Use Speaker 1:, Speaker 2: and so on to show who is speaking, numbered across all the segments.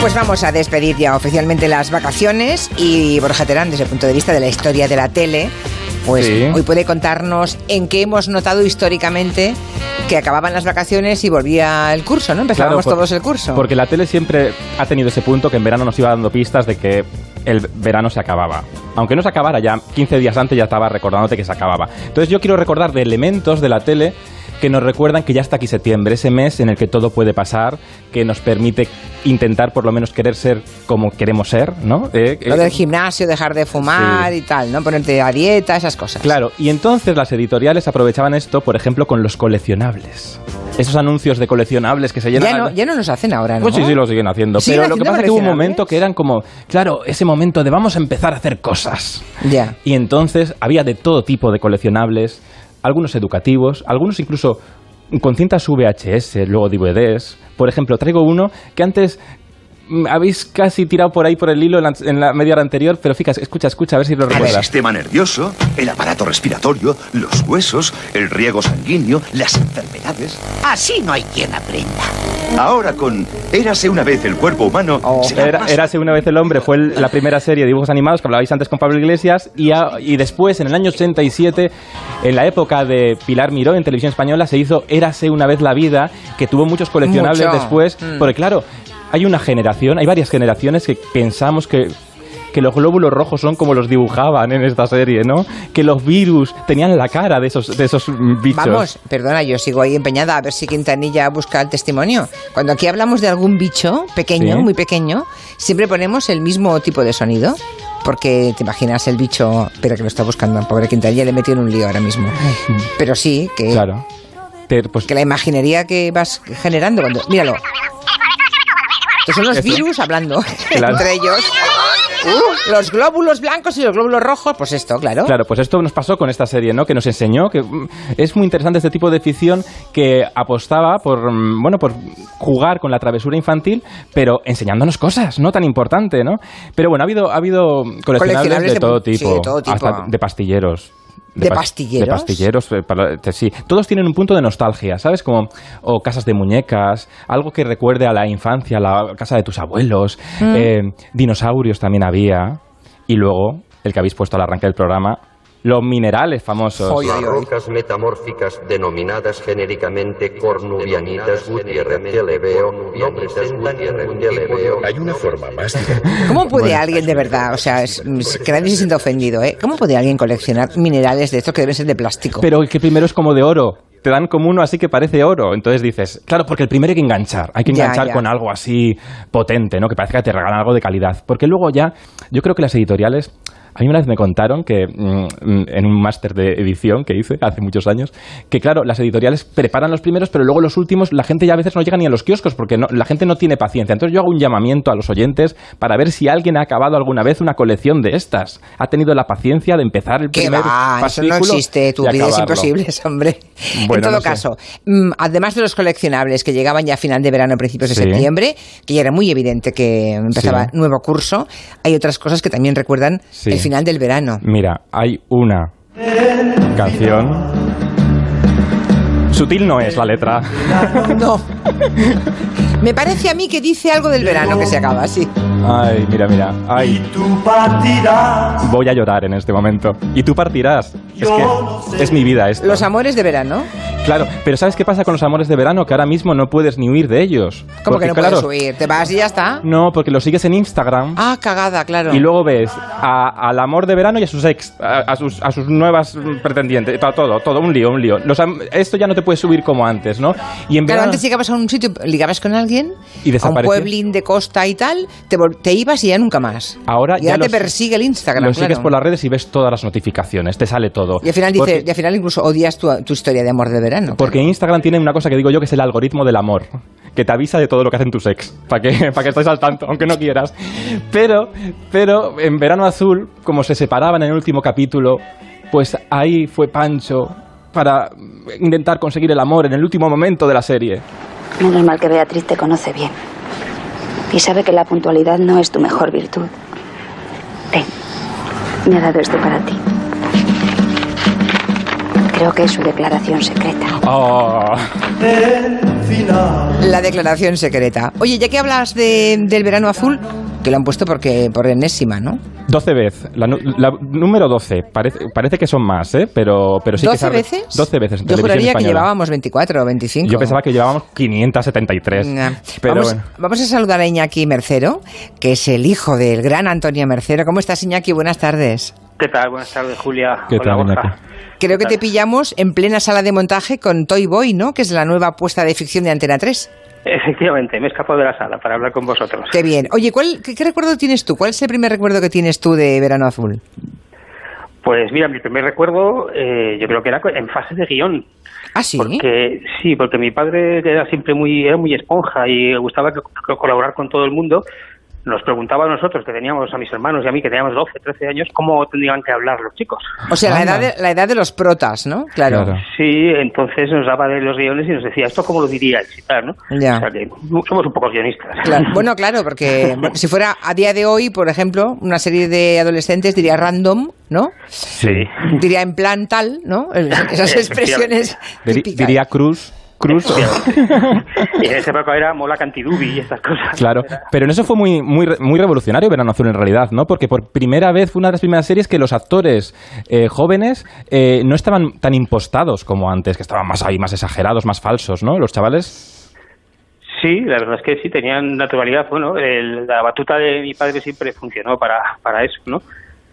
Speaker 1: Pues vamos a despedir ya oficialmente las vacaciones y Borja Terán, desde el punto de vista de la historia de la tele, pues
Speaker 2: Sí.
Speaker 1: hoy puede contarnos en qué hemos notado históricamente que acababan las vacaciones y volvía el curso, ¿no? Empezábamos
Speaker 2: por-
Speaker 1: todos el curso.
Speaker 2: Porque la tele siempre ha tenido ese punto que en verano nos iba dando pistas de que el verano se acababa. Aunque no se acabara ya, 15 días antes ya estaba recordándote que se acababa. Entonces yo quiero recordar de elementos de la tele que nos recuerdan que ya está aquí septiembre, ese mes en el que todo puede pasar, que nos permite intentar por lo menos querer ser como queremos ser, ¿no? Eh,
Speaker 1: Lo
Speaker 2: eh,
Speaker 1: del gimnasio, dejar de fumar
Speaker 2: Sí.
Speaker 1: y tal, ¿no? Ponerte a dieta, esas cosas.
Speaker 2: Claro, y entonces las editoriales aprovechaban esto, por ejemplo, con los coleccionables. Esos anuncios de coleccionables que se llenan...
Speaker 1: Ya no, ya no nos hacen ahora, ¿no?
Speaker 2: Pues sí, sí, lo siguen haciendo.
Speaker 1: ¿Siguen
Speaker 2: pero lo que
Speaker 1: haciendo
Speaker 2: pasa es que hubo un
Speaker 1: coleccionables?
Speaker 2: momento que eran como, claro, ese momento de vamos a empezar a hacer cosas.
Speaker 1: Ya.
Speaker 2: Y entonces había de todo tipo de coleccionables, algunos educativos, algunos incluso con cintas VHS, luego DVDs. Por ejemplo, traigo uno que antes mm, habéis casi tirado por ahí por el hilo en la, en la media hora anterior, pero fíjate, escucha, escucha, a ver si lo
Speaker 3: El
Speaker 2: recuerdas.
Speaker 3: sistema nervioso, el aparato respiratorio, los huesos, el riego sanguíneo, las enfermedades.
Speaker 4: Así no hay quien aprenda.
Speaker 3: Ahora con Érase una vez el cuerpo humano, será
Speaker 2: Oh, Era,
Speaker 3: más-
Speaker 2: érase una vez el hombre, fue el- la primera serie de dibujos animados que hablabais antes con Pablo Iglesias y, a- y después, en el año 87, en la época de Pilar Miró en Televisión Española, se hizo Érase una vez la vida, que tuvo muchos coleccionables
Speaker 1: Mucho. Mm.
Speaker 2: después, porque claro, hay una generación, hay varias generaciones que pensamos que que los glóbulos rojos son como los dibujaban en esta serie, ¿no? Que los virus tenían la cara de esos, de esos mm, bichos.
Speaker 1: Vamos, perdona, yo sigo ahí empeñada a ver si Quintanilla busca el testimonio. Cuando aquí hablamos de algún bicho pequeño,
Speaker 2: Sí.
Speaker 1: muy pequeño, siempre ponemos el mismo tipo de sonido. Porque te imaginas el bicho, pero que lo está buscando, pobre Quintanilla, le metió en un lío ahora mismo. Pero sí, que,
Speaker 2: Claro. Te- pues,
Speaker 1: que la imaginería que vas generando cuando... Míralo. Que son los
Speaker 2: Eso.
Speaker 1: virus hablando
Speaker 2: Claro.
Speaker 1: entre ellos. Uh, los glóbulos blancos y los glóbulos rojos, pues esto, claro.
Speaker 2: Claro, pues esto nos pasó con esta serie, ¿no? Que nos enseñó que mm, es muy interesante este tipo de ficción que apostaba por, mm, bueno, por jugar con la travesura infantil, pero enseñándonos cosas, no tan importante, ¿no? Pero bueno, ha habido, ha habido coleccionables
Speaker 1: Coleccionables
Speaker 2: de,
Speaker 1: de-
Speaker 2: todo
Speaker 1: sí,
Speaker 2: tipo,
Speaker 1: de todo tipo.
Speaker 2: hasta de pastilleros.
Speaker 1: ¿De
Speaker 2: pas-
Speaker 1: pastilleros?
Speaker 2: De pastilleros, eh, para- te- sí. Todos tienen un punto de nostalgia, ¿sabes? Como, o casas de muñecas, algo que recuerde a la infancia, la casa de tus abuelos. eh, dinosaurios también había. Y luego, el que habéis puesto al arranque del programa, los minerales famosos.
Speaker 1: Oy,
Speaker 5: Las
Speaker 1: oy, oy.
Speaker 5: rocas metamórficas denominadas genéricamente cornubianitas Gutiérrez de Leveo no presentan ningún tipo de-
Speaker 6: Hay una forma más divertida.
Speaker 1: ¿Cómo puede alguien de verdad, o sea, es- es que nadie se sienta ofendido, ¿eh? ¿Cómo puede alguien coleccionar minerales de estos que deben ser de plástico?
Speaker 2: Pero el que primero es como de oro. Te dan como uno así que parece oro. Entonces dices, claro, porque el primero hay que enganchar. Hay que
Speaker 1: Ya,
Speaker 2: enganchar
Speaker 1: ya.
Speaker 2: con algo así potente, ¿no? Que parezca que te regalan algo de calidad. Porque luego ya, yo creo que las editoriales. A mí una vez me contaron que mm, mm, en un máster de edición que hice hace muchos años, que claro, las editoriales preparan los primeros, pero luego los últimos, la gente ya a veces no llega ni a los kioscos porque no- la gente no tiene paciencia. Entonces yo hago un llamamiento a los oyentes para ver si alguien ha acabado alguna vez una colección de estas. Ha tenido la paciencia de empezar el
Speaker 1: que
Speaker 2: primer
Speaker 1: va, eso no
Speaker 2: fascículo
Speaker 1: existe, tu
Speaker 2: y
Speaker 1: vida es
Speaker 2: acabarlo.
Speaker 1: imposible, hombre. en
Speaker 2: Bueno,
Speaker 1: todo
Speaker 2: no sé.
Speaker 1: caso, mm, además de los coleccionables que llegaban ya a final de verano, principios de
Speaker 2: Sí.
Speaker 1: septiembre, que ya era muy evidente que empezaba
Speaker 2: Sí.
Speaker 1: nuevo curso, hay otras cosas que también recuerdan
Speaker 2: Sí.
Speaker 1: el final del verano.
Speaker 2: Mira, hay una canción. Sutil no es la letra.
Speaker 1: No. Me parece a mí que dice algo del verano que se acaba, sí.
Speaker 2: Ay, mira, mira. Ay. Voy a llorar en este momento. Y tú partirás. Es que es mi vida esto.
Speaker 1: Los amores de verano.
Speaker 2: Claro, pero ¿sabes qué pasa con los amores de verano? Que ahora mismo no puedes ni huir de ellos.
Speaker 1: Como que
Speaker 2: Porque,
Speaker 1: no
Speaker 2: claro,
Speaker 1: puedes huir, te vas y ya está.
Speaker 2: No, porque los sigues en Instagram.
Speaker 1: Ah, cagada, claro.
Speaker 2: Y luego ves a- al amor de verano y a sus ex, a, a sus, a sus nuevas mm, pretendientes, to- todo, todo, un lío, un lío. Los am- esto ya no te puedes subir como antes, ¿no? Y en
Speaker 1: Claro,
Speaker 2: verano-
Speaker 1: antes llegabas a un sitio, ligabas con alguien, a
Speaker 2: Y
Speaker 1: un
Speaker 2: desaparecía.
Speaker 1: pueblín de costa y tal, te, vol- te ibas y ya nunca más.
Speaker 2: Ahora
Speaker 1: y ahora te
Speaker 2: ya los-
Speaker 1: persigue el Instagram.
Speaker 2: Lo
Speaker 1: claro.
Speaker 2: sigues por las redes y ves todas las notificaciones, te sale todo.
Speaker 1: Y al final dice,
Speaker 2: Porque-
Speaker 1: y al final incluso odias tu, tu historia de amor de verano.
Speaker 2: Porque Instagram tiene una cosa que digo yo que es el algoritmo del amor, que te avisa de todo lo que hacen tus ex, para que, para que estés al tanto, aunque no quieras. Pero, pero en Verano Azul, como se separaban en el último capítulo, pues ahí fue Pancho para intentar conseguir el amor en el último momento de la serie.
Speaker 7: Menos mal que Beatriz te conoce bien. Y sabe que la puntualidad no es tu mejor virtud. Ten, me ha dado esto para ti. Creo que es su declaración secreta.
Speaker 2: Oh.
Speaker 1: La declaración secreta. Oye, ya que hablas de- del verano azul, que lo han puesto porque por enésima, ¿no?
Speaker 2: 12 veces, la, nu- la número 12, parece, parece que son más, ¿eh? pero, pero sí que se
Speaker 1: ¿12
Speaker 2: ha re-
Speaker 1: veces?
Speaker 2: 12 veces en
Speaker 1: Yo
Speaker 2: televisión
Speaker 1: juraría que
Speaker 2: española.
Speaker 1: llevábamos 24 o 25.
Speaker 2: Yo pensaba que llevábamos 573.
Speaker 1: Nah.
Speaker 2: Pero
Speaker 1: vamos,
Speaker 2: bueno.
Speaker 1: vamos a saludar a Iñaki Mercero, que es el hijo del gran Antonio Mercero. ¿Cómo estás, Iñaki? Buenas tardes.
Speaker 6: ¿Qué tal? Buenas tardes, Julia.
Speaker 2: ¿Qué
Speaker 6: Hola,
Speaker 2: tal,
Speaker 6: Borja.
Speaker 2: Iñaki?
Speaker 1: Creo que
Speaker 6: tal?
Speaker 1: te pillamos en plena sala de montaje con Toy Boy, ¿no? Que es la nueva apuesta de ficción de Antena 3.
Speaker 6: Efectivamente, me he escapado de la sala para hablar con vosotros.
Speaker 1: Qué bien. Oye, ¿cuál, qué, qué recuerdo tienes tú? ¿Cuál es el primer recuerdo que tienes tú de Verano Azul?
Speaker 6: Pues mira, mi primer recuerdo eh, yo creo que era en fase de guión.
Speaker 1: Ah, sí.
Speaker 6: Porque, sí, porque mi padre era siempre muy, era muy esponja y le gustaba co- co- colaborar con todo el mundo. Nos preguntaba a nosotros, que teníamos a mis hermanos y a mí, que teníamos 12, 13 años, cómo tendrían que hablar los chicos.
Speaker 1: O sea, la
Speaker 2: Anda.
Speaker 1: edad, de, la edad de los protas, ¿no? Claro.
Speaker 2: Claro.
Speaker 6: Sí, entonces nos daba de los guiones y nos decía, ¿esto cómo lo diríais? Y tal, ¿no?
Speaker 1: Ya.
Speaker 6: O sea que somos un poco guionistas.
Speaker 1: Claro. Bueno, claro, porque bueno, si fuera a día de hoy, por ejemplo, una serie de adolescentes diría random, ¿no?
Speaker 2: Sí.
Speaker 1: Diría en plan tal, ¿no? Esas expresiones
Speaker 2: Diri-
Speaker 1: típicas.
Speaker 2: diría Cruz. Cruz. eh,
Speaker 6: Y en esa época era Mola Cantidubi y estas cosas.
Speaker 2: Claro, pero en eso fue muy, muy, re- muy revolucionario Verano Azul en realidad, ¿no? Porque por primera vez fue una de las primeras series que los actores eh, jóvenes eh, no estaban tan impostados como antes, que estaban más ahí, más exagerados, más falsos, ¿no? Los chavales.
Speaker 6: Sí, la verdad es que sí, tenían naturalidad. Bueno, el- la batuta de mi padre siempre funcionó para, para eso, ¿no?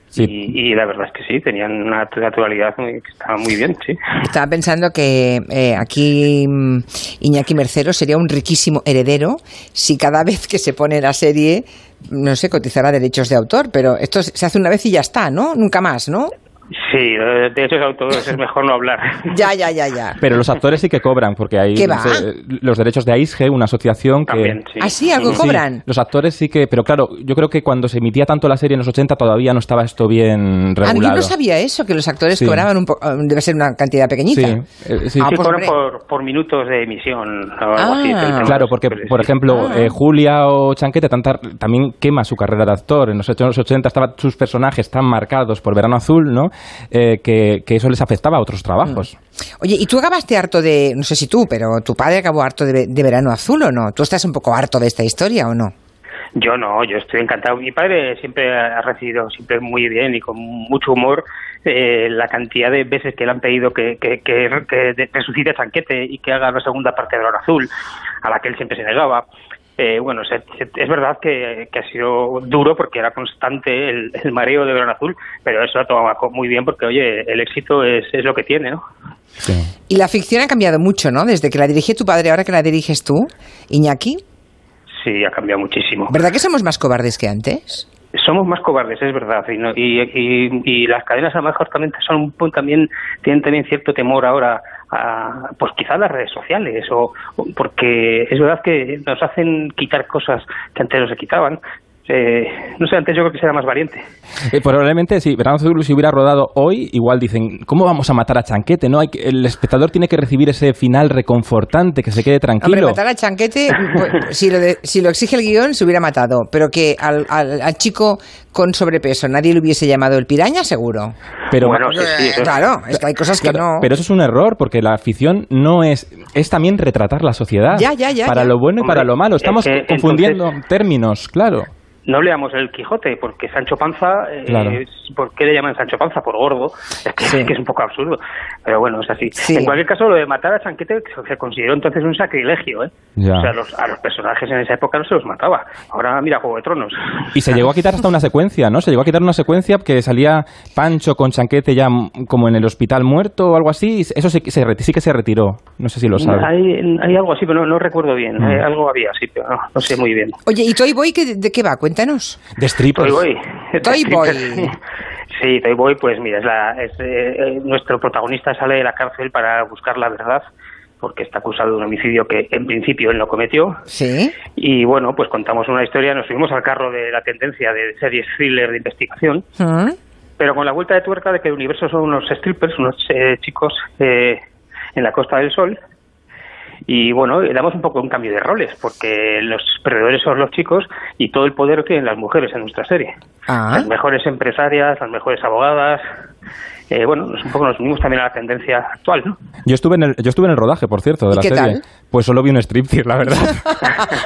Speaker 2: Sí.
Speaker 6: Y, y la verdad es que sí, tenían una naturalidad muy- que estaba muy bien, sí.
Speaker 1: Estaba pensando que eh, aquí mm, Iñaki Mercero sería un riquísimo heredero si cada vez que se pone la serie, no sé, cotizara derechos de autor, pero esto se hace una vez y ya está, ¿no? Nunca más, ¿no?
Speaker 6: Sí, de esos autores es mejor no hablar.
Speaker 1: Ya, ya, ya, ya.
Speaker 2: Pero los actores sí que cobran, porque hay
Speaker 1: ¿Qué
Speaker 2: no
Speaker 1: va?
Speaker 2: sé, los derechos de AISGE, una asociación que...
Speaker 6: También, sí.
Speaker 1: ¿Ah, sí? ¿Algo
Speaker 6: Sí.
Speaker 1: cobran?
Speaker 2: Los actores sí que, pero claro, yo creo que cuando se emitía tanto la serie en los 80 todavía no estaba esto bien
Speaker 1: Ah, yo
Speaker 2: regulado.
Speaker 1: no sabía eso, que los actores
Speaker 2: Sí.
Speaker 1: cobraban un po- ah, debe ser una cantidad
Speaker 2: Sí,
Speaker 1: pequeñita.
Speaker 2: eh, sí.
Speaker 1: Ah,
Speaker 6: Sí,
Speaker 1: pues, hombre.
Speaker 6: cobran por, por minutos de emisión o algo
Speaker 1: Ah.
Speaker 6: así. pero-
Speaker 2: Claro, porque,
Speaker 6: pero
Speaker 2: por
Speaker 6: sí.
Speaker 2: ejemplo, eh, Julia o Chanquete tanta- también quema su carrera de actor. En los 80 estaban sus personajes tan marcados por Verano Azul, ¿no? Eh, que, que eso les afectaba a otros trabajos.
Speaker 6: Mm.
Speaker 1: Oye, ¿y tú acabaste harto de, no sé si tú, pero tu padre acabó harto de, de verano azul o no? ¿Tú estás un poco harto de esta historia o no?
Speaker 6: Yo no, yo estoy encantado. Mi padre siempre ha recibido siempre muy bien y con mucho humor eh, la cantidad de veces que le han pedido que, que, que, que de- resucite Zanquete y que haga la segunda parte de Hora Azul, a la que él siempre se negaba. Eh, bueno, se- se- es verdad que, que ha sido duro porque era constante el, el mareo de Verano Azul, pero eso lo tomaba co- muy bien porque, oye, el éxito es, es lo que tiene, ¿no?
Speaker 1: Y la ficción ha cambiado mucho, ¿no? Desde que la dirigía tu padre, ahora que la diriges tú, Iñaki.
Speaker 6: Sí, ha cambiado muchísimo.
Speaker 1: ¿Verdad que somos más cobardes que antes?
Speaker 6: Somos más cobardes, es verdad. Y, no- y, y- y las cadenas a lo mejor también son un poco- también tienen también cierto temor ahora a, pues quizás las redes sociales o, o- porque es verdad que nos hacen quitar cosas que antes no se quitaban. Eh, no sé, antes yo creo que será más valiente.
Speaker 2: Eh, probablemente, si Verano Azul se hubiera rodado hoy, igual dicen, ¿cómo vamos a matar a Chanquete? No, Hay que- el espectador tiene que recibir ese final reconfortante, que se quede tranquilo.
Speaker 1: Hombre, matar a Chanquete, pues, si, lo de- si lo exige el guión, se hubiera matado. Pero que al, al- al chico con sobrepeso nadie le hubiese llamado el piraña, seguro.
Speaker 2: Pero
Speaker 6: bueno, sí, sí, eso es-
Speaker 1: Claro, es que hay cosas que
Speaker 2: Claro,
Speaker 1: no.
Speaker 2: Pero eso es un error, porque la afición no es. Es también retratar la sociedad.
Speaker 1: Ya, ya, ya,
Speaker 2: Para
Speaker 1: ya.
Speaker 2: lo bueno y
Speaker 6: Hombre,
Speaker 2: para lo malo.
Speaker 6: es
Speaker 2: Estamos
Speaker 6: que
Speaker 2: confundiendo términos, claro.
Speaker 6: No leamos el Quijote, porque Sancho Panza, eh,
Speaker 2: Claro.
Speaker 6: ¿por qué le llaman Sancho Panza? Por gordo. Es que,
Speaker 1: Sí.
Speaker 6: que es un poco absurdo. Pero bueno, es así.
Speaker 1: Sí.
Speaker 6: En cualquier caso, lo de matar a Chanquete se- se consideró entonces un sacrilegio. ¿eh?
Speaker 2: Ya.
Speaker 6: O sea, los- a los personajes en esa época no se los mataba. Ahora mira Juego de Tronos.
Speaker 2: Y se llegó a quitar hasta una secuencia, ¿no? Se llegó a quitar una secuencia que salía Pancho con Chanquete ya mm, como en el hospital muerto o algo así. y Eso sí, que se, reti- sí que se retiró. No sé si lo sabe.
Speaker 6: Hay, hay algo así, pero no, no recuerdo bien.
Speaker 2: Mm.
Speaker 6: Eh, algo había, sí, pero no, no sé muy bien.
Speaker 1: Oye, ¿y Toy Boy qué- de qué va? Cuéntanos.
Speaker 2: De strippers.
Speaker 6: Toy Boy.
Speaker 1: Pues, Toy Boy.
Speaker 6: Sí, Toy Boy, pues mira, es la- es, eh, eh, nuestro protagonista sale de la cárcel para buscar la verdad, porque está acusado de un homicidio que en principio él no cometió.
Speaker 1: Sí.
Speaker 6: Y bueno, pues contamos una historia, nos subimos al carro de la tendencia de series thriller de investigación,
Speaker 1: ¿Mm?
Speaker 6: pero con la vuelta de tuerca de que el universo son unos strippers, unos eh, chicos eh, en la Costa del Sol. Y bueno, le damos un poco un cambio de roles, porque los perdedores son los chicos y todo el poder lo tienen las mujeres en nuestra serie.
Speaker 1: Ah.
Speaker 6: Las mejores empresarias, las mejores abogadas, eh, bueno, es un poco nos unimos también a la tendencia actual, ¿no?
Speaker 2: Yo estuve en el, yo estuve en el rodaje, por cierto, de
Speaker 1: ¿Y
Speaker 2: la
Speaker 1: qué
Speaker 2: serie.
Speaker 1: tal?
Speaker 2: Pues solo vi un striptease, la verdad.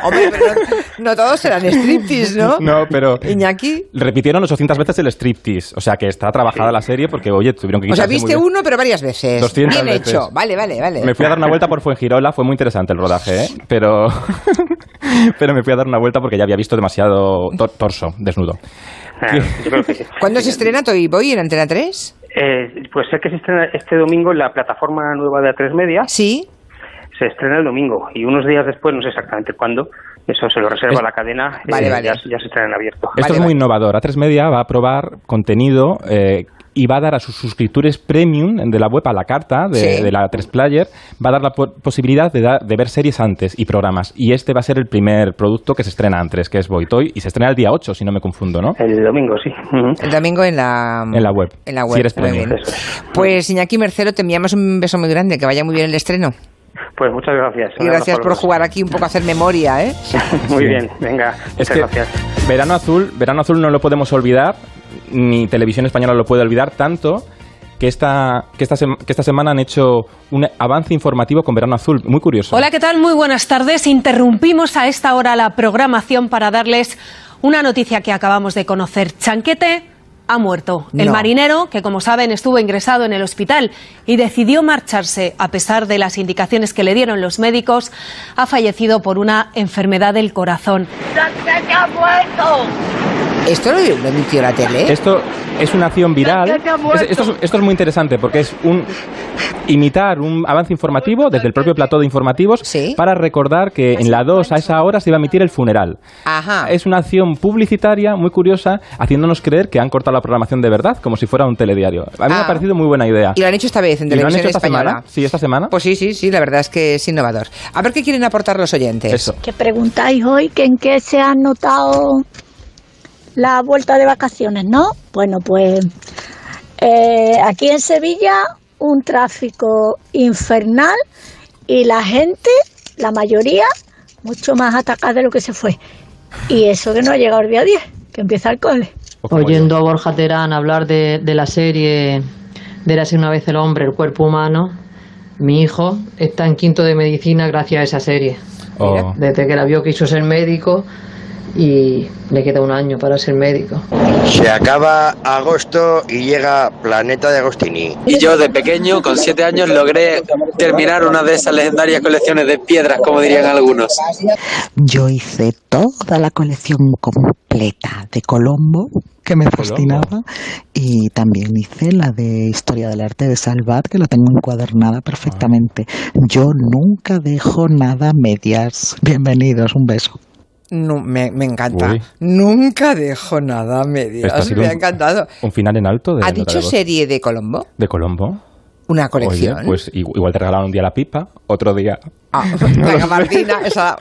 Speaker 1: Hombre, pero no, no todos serán striptease, ¿no?
Speaker 2: No, pero-
Speaker 1: Iñaki.
Speaker 2: Repitieron 800 veces el striptease. O sea que está trabajada la serie porque, oye, tuvieron que
Speaker 1: O sea,
Speaker 2: quitarse muy
Speaker 1: viste
Speaker 2: bien.
Speaker 1: uno, pero varias veces.
Speaker 2: 200
Speaker 1: Bien
Speaker 2: veces.
Speaker 1: hecho. Vale, vale, vale.
Speaker 2: Me fui a dar una vuelta por Fuengirola, fue muy interesante el rodaje, ¿eh? pero, pero me fui a dar una vuelta porque ya había visto demasiado tor- torso desnudo.
Speaker 6: Ah, yo creo que-
Speaker 1: ¿Cuándo se estrena Toy Boy en Antena 3?
Speaker 6: Eh, pues sé que se estrena este domingo en la plataforma nueva de A3 Media.
Speaker 1: Sí.
Speaker 6: Se estrena el domingo y unos días después, no sé exactamente cuándo, eso se lo reserva
Speaker 2: Es-
Speaker 6: la cadena.
Speaker 1: Vale,
Speaker 6: eh,
Speaker 1: vale.
Speaker 6: Ya, ya se estrena en abierto.
Speaker 2: Esto
Speaker 1: Vale,
Speaker 2: es muy
Speaker 1: vale.
Speaker 2: innovador. A3 Media va a probar contenido eh, y va a dar a sus suscriptores premium de la web a la carta de,
Speaker 1: Sí.
Speaker 2: de la 3 Player, va a dar la po- posibilidad de, da- de ver series antes y programas. Y este va a ser el primer producto que se estrena antes, que es Boitoy, y se estrena el día 8, si no me confundo, ¿no?
Speaker 6: El domingo, sí. Ujú.
Speaker 1: El domingo en la,
Speaker 2: En la web.
Speaker 1: Mm. En la
Speaker 2: Si
Speaker 1: web.
Speaker 2: eres
Speaker 1: muy
Speaker 2: premium.
Speaker 1: bien. Pues Iñaki Mercero, te enviamos un beso muy grande, que vaya muy bien el estreno.
Speaker 6: Pues muchas gracias.
Speaker 1: Y
Speaker 6: Un abrazo
Speaker 1: gracias
Speaker 6: a los
Speaker 1: por
Speaker 6: dos.
Speaker 1: jugar aquí un poco a hacer memoria, ¿eh?
Speaker 6: Muy
Speaker 2: Sí.
Speaker 6: bien, venga, muchas
Speaker 2: Es que
Speaker 6: gracias.
Speaker 2: Verano Azul, Verano Azul no lo podemos olvidar, ni Televisión Española lo puede olvidar tanto que esta, que esta, sem- que esta semana han hecho un avance informativo con Verano Azul, muy curioso.
Speaker 8: Hola, ¿qué tal? Muy buenas tardes. Interrumpimos a esta hora la programación para darles una noticia que acabamos de conocer. Chanquete ha muerto. El
Speaker 1: No.
Speaker 8: marinero, que como saben estuvo ingresado en el hospital y decidió marcharse a pesar de las indicaciones que le dieron los médicos, ha fallecido por una enfermedad del corazón.
Speaker 9: ¡Chanquete ha muerto!
Speaker 1: Esto lo lo emitió la tele.
Speaker 2: Esto es una acción viral.
Speaker 9: Chanquete ha muerto.
Speaker 2: Es- esto, es, esto es muy interesante porque es un imitar un avance informativo desde el propio plató de informativos
Speaker 1: Sí.
Speaker 2: para recordar que en la 2 a esa hora se iba a emitir el funeral.
Speaker 1: Ajá.
Speaker 2: Es una acción publicitaria muy curiosa, haciéndonos creer que han cortado la programación de verdad, como si fuera un telediario. A mí me
Speaker 1: Ah.
Speaker 2: ha parecido muy buena idea.
Speaker 1: Y lo han hecho esta vez en
Speaker 2: ¿Y lo han
Speaker 1: televisión
Speaker 2: hecho esta
Speaker 1: española.
Speaker 2: semana? Sí, esta semana.
Speaker 1: Pues sí, sí, sí, la verdad es que es innovador. A ver qué quieren aportar los oyentes.
Speaker 2: Eso.
Speaker 10: que preguntáis hoy que en qué se han notado la vuelta de vacaciones, ¿no? Bueno, pues eh, aquí en Sevilla un tráfico infernal y la gente, la mayoría, mucho más atacada de lo que se fue. Y eso que no ha llegado el día 10, que empieza el cole.
Speaker 2: O como
Speaker 11: Oyendo a Borja Terán hablar de, de la serie de Érase una vez el hombre, el cuerpo humano, mi hijo está en quinto de medicina gracias a esa serie.
Speaker 2: yo. O-
Speaker 11: Desde que la vio quiso ser médico y le queda un año para ser médico.
Speaker 5: Se acaba agosto y llega Planeta de Agostini.
Speaker 11: Y yo de pequeño, con siete años, logré terminar una de esas legendarias colecciones de piedras, como dirían algunos.
Speaker 9: Yo hice toda la colección completa de Colombo, que me fascinaba, y también hice la de Historia del Arte de Salvat, que la tengo encuadernada perfectamente. Yo nunca dejo nada a medias. Bienvenidos, un beso.
Speaker 1: No, me, me encanta.
Speaker 2: Uy.
Speaker 1: Nunca dejo nada a medias.
Speaker 2: Esto ha sido
Speaker 1: Me ha
Speaker 2: un-
Speaker 1: encantado.
Speaker 2: Un final en alto de,
Speaker 1: ¿Ha
Speaker 2: Nota de
Speaker 1: dicho
Speaker 2: Voz.
Speaker 1: serie de Colombo?
Speaker 2: de Colombo.
Speaker 1: Una
Speaker 2: Oye,
Speaker 1: colección.
Speaker 2: pues igu- igual te regalaron un día la pipa, otro día.
Speaker 1: Ah, la gabardina, esa.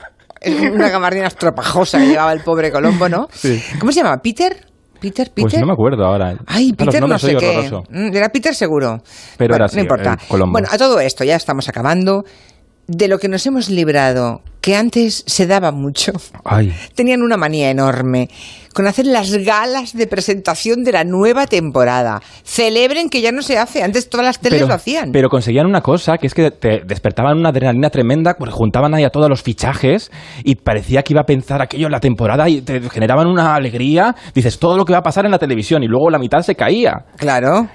Speaker 1: Una gabardina estropajosa que llevaba el pobre Colombo, ¿no?
Speaker 2: Sí.
Speaker 1: ¿Cómo se llama? ¿Peter? ¿Peter? ¿Peter?
Speaker 2: Pues no me acuerdo ahora.
Speaker 1: Ay,
Speaker 2: A los
Speaker 1: Peter no
Speaker 2: nombres
Speaker 1: sé
Speaker 2: soy
Speaker 1: qué.
Speaker 2: horroroso.
Speaker 1: Mm, Era Peter seguro.
Speaker 2: Pero
Speaker 1: Bueno,
Speaker 2: era así,
Speaker 1: no importa.
Speaker 2: el Colombo.
Speaker 1: Bueno, a todo esto ya estamos acabando. De lo que nos hemos librado, que antes se daba mucho.
Speaker 2: Ay,
Speaker 1: Tenían una manía enorme con hacer las galas de presentación de la nueva temporada. Celebren que ya no se hace. Antes todas las teles
Speaker 2: pero,
Speaker 1: lo hacían.
Speaker 2: pero conseguían una cosa, que es que te despertaban una adrenalina tremenda, porque juntaban ahí a todos los fichajes y parecía que iba a pensar aquello en la temporada y te generaban una alegría. Dices, todo lo que va a pasar en la televisión y luego la mitad se caía.
Speaker 1: claro.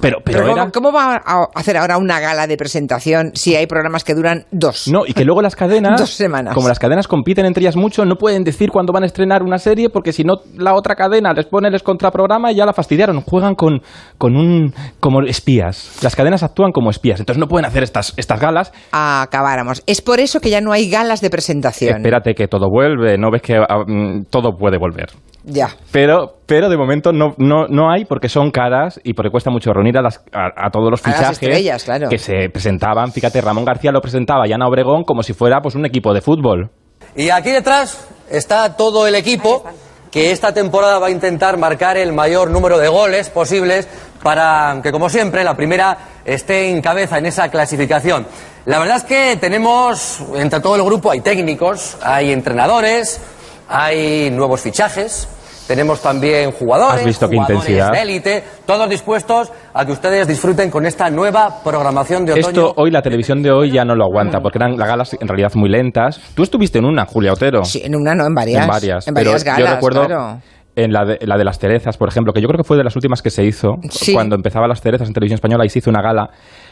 Speaker 2: Pero, pero,
Speaker 1: Pero, ¿cómo-
Speaker 2: era...
Speaker 1: ¿cómo, va a hacer ahora una gala de presentación si hay programas que duran dos?
Speaker 2: No, y que luego las cadenas,
Speaker 1: Dos semanas.
Speaker 2: como las cadenas compiten entre ellas mucho, no pueden decir cuándo van a estrenar una serie porque si no la otra cadena les pone el contraprograma y ya la fastidiaron. Juegan con, con un como espías. Las cadenas actúan como espías, entonces no pueden hacer estas, estas galas.
Speaker 1: Acabáramos. Es por eso que ya no hay galas de presentación.
Speaker 2: Espérate que todo vuelve, no ves que ah, mm, todo puede volver.
Speaker 1: Ya.
Speaker 2: Pero, pero de momento no, no, no hay porque son caras y porque cuesta mucho reunir a, las- a- a todos los
Speaker 1: A las
Speaker 2: fichajes
Speaker 1: estrellas, claro.
Speaker 2: que se presentaban. Fíjate, Ramón García lo presentaba y Ana Obregón como si fuera pues, un equipo de fútbol.
Speaker 11: Y aquí detrás está todo el equipo que esta temporada va a intentar marcar el mayor número de goles posibles para que, como siempre, la primera esté en cabeza en esa clasificación. La verdad es que tenemos, entre todo el grupo, hay técnicos, hay entrenadores, hay nuevos fichajes, Tenemos también jugadores,
Speaker 2: Has visto qué
Speaker 11: jugadores
Speaker 2: intensidad.
Speaker 11: de élite, todos dispuestos a que ustedes disfruten con esta nueva programación de otoño.
Speaker 2: Esto hoy, la televisión de hoy ya no lo aguanta, porque eran las galas en realidad muy lentas. Tú estuviste en una, Julia Otero.
Speaker 1: Sí, en una no, en varias.
Speaker 2: En varias.
Speaker 1: En varias
Speaker 2: pero
Speaker 1: galas,
Speaker 2: yo recuerdo
Speaker 1: claro.
Speaker 2: en la de, la de las cerezas, por ejemplo, que yo creo que fue de las últimas que se hizo,
Speaker 1: Sí.
Speaker 2: cuando empezaba las cerezas en televisión española y se hizo una gala.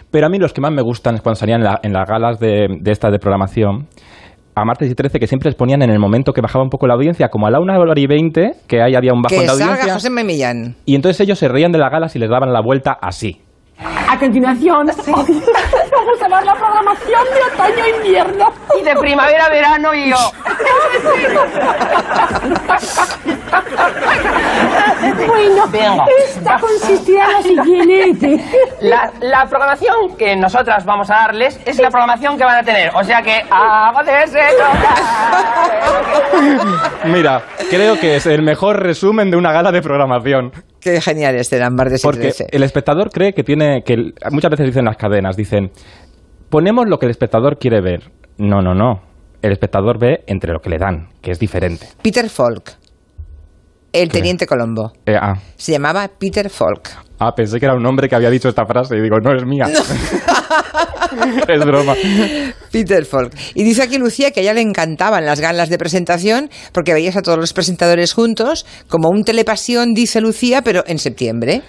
Speaker 2: Pero a mí los que más me gustan es cuando salían en, la- en las galas de, de esta de programación. A martes y 13, que siempre les ponían en el momento que bajaba un poco la audiencia, como a la 1 hora y 20, que ahí había un bajón
Speaker 1: Que
Speaker 2: de audiencia.
Speaker 1: salga José M. Millán.
Speaker 2: Y entonces ellos se reían de las galas y les daban la vuelta así.
Speaker 12: A continuación, vamos a ver la programación de e otoño-invierno. Y de primavera-verano y yo.
Speaker 13: Bueno,
Speaker 12: Venga.
Speaker 13: esta consistirá en lo siguiente.
Speaker 12: La, la programación que nosotras vamos a darles es la programación que van a tener. O sea que ¿eh? hago de ese
Speaker 2: Mira, creo que es el mejor resumen de una gala de programación.
Speaker 1: Qué genial este Lambar de
Speaker 2: Porque el espectador cree que tiene que el- muchas veces dicen las cadenas, dicen ponemos lo que el espectador quiere ver. No, no, no. El espectador ve entre lo que le dan, que es diferente.
Speaker 1: Peter Falk. El teniente Colombo.
Speaker 2: Eh, ah.
Speaker 1: Se llamaba Peter Falk.
Speaker 2: Ah, pensé que era un hombre que había dicho esta frase y digo, no es mía. es broma.
Speaker 1: Peter Falk. Y dice aquí Lucía que a ella le encantaban las galas de presentación porque veías a todos los presentadores juntos, como un telepasión, dice Lucía, pero en septiembre.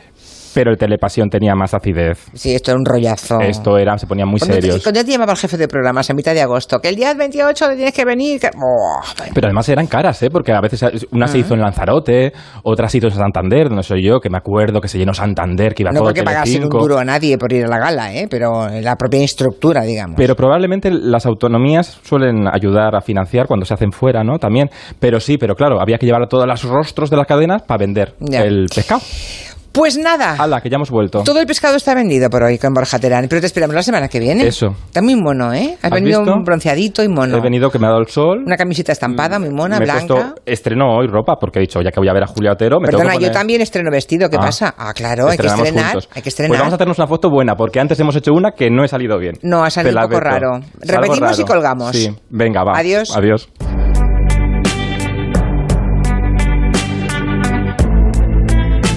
Speaker 2: Pero el telepasión tenía más acidez.
Speaker 1: Sí, esto era un rollazo.
Speaker 2: Esto era, se ponía muy
Speaker 1: Cuando te,
Speaker 2: serios.
Speaker 1: cuando te llamaba el jefe de programas a mitad de agosto, que el día 28 le tienes que venir. que- ¡Oh!
Speaker 2: Pero además eran caras, ¿eh? Porque a veces una se
Speaker 1: Ujú.
Speaker 2: hizo en Lanzarote, otra se hizo en Santander, no soy yo, que me acuerdo que se llenó Santander, que iba
Speaker 1: No
Speaker 2: todo
Speaker 1: porque pagasen un
Speaker 2: Telecinco.
Speaker 1: duro a nadie por ir a la gala, ¿eh? pero la propia estructura, digamos.
Speaker 2: Pero probablemente las autonomías suelen ayudar a financiar cuando se hacen fuera, ¿no? También. Pero sí, pero claro, había que llevar a todos los rostros de las cadenas para vender
Speaker 1: Ya.
Speaker 2: el pescado.
Speaker 1: Pues nada.
Speaker 2: Ala, que ya hemos vuelto.
Speaker 1: Todo el pescado está vendido por hoy con Borja Terán, pero te esperamos la semana que viene.
Speaker 2: Eso.
Speaker 1: Está muy mono, ¿eh? Has,
Speaker 2: ¿Has
Speaker 1: venido
Speaker 2: visto?
Speaker 1: un bronceadito y mono.
Speaker 2: He venido que me ha dado el sol.
Speaker 1: Una camiseta estampada, muy mona,
Speaker 2: me he
Speaker 1: blanca.
Speaker 2: puesto- estreno hoy ropa, porque he dicho, ya que voy a ver a Julia Otero, me
Speaker 1: Perdona,
Speaker 2: tengo que poner-
Speaker 1: yo también estreno vestido, ¿qué
Speaker 2: Ah.
Speaker 1: pasa? Ah, claro, hay que
Speaker 2: Estrenamos
Speaker 1: estrenar,
Speaker 2: juntos.
Speaker 1: hay que
Speaker 2: Pues vamos
Speaker 1: estrenar.
Speaker 2: a hacernos una foto buena, porque antes hemos hecho una que no he salido bien.
Speaker 1: No, ha salido
Speaker 2: Te la
Speaker 1: un poco
Speaker 2: veto.
Speaker 1: raro.
Speaker 2: Es algo
Speaker 1: Repetimos y colgamos.
Speaker 2: Sí, venga, va.
Speaker 1: Adiós.
Speaker 2: Adiós.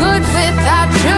Speaker 14: good without you.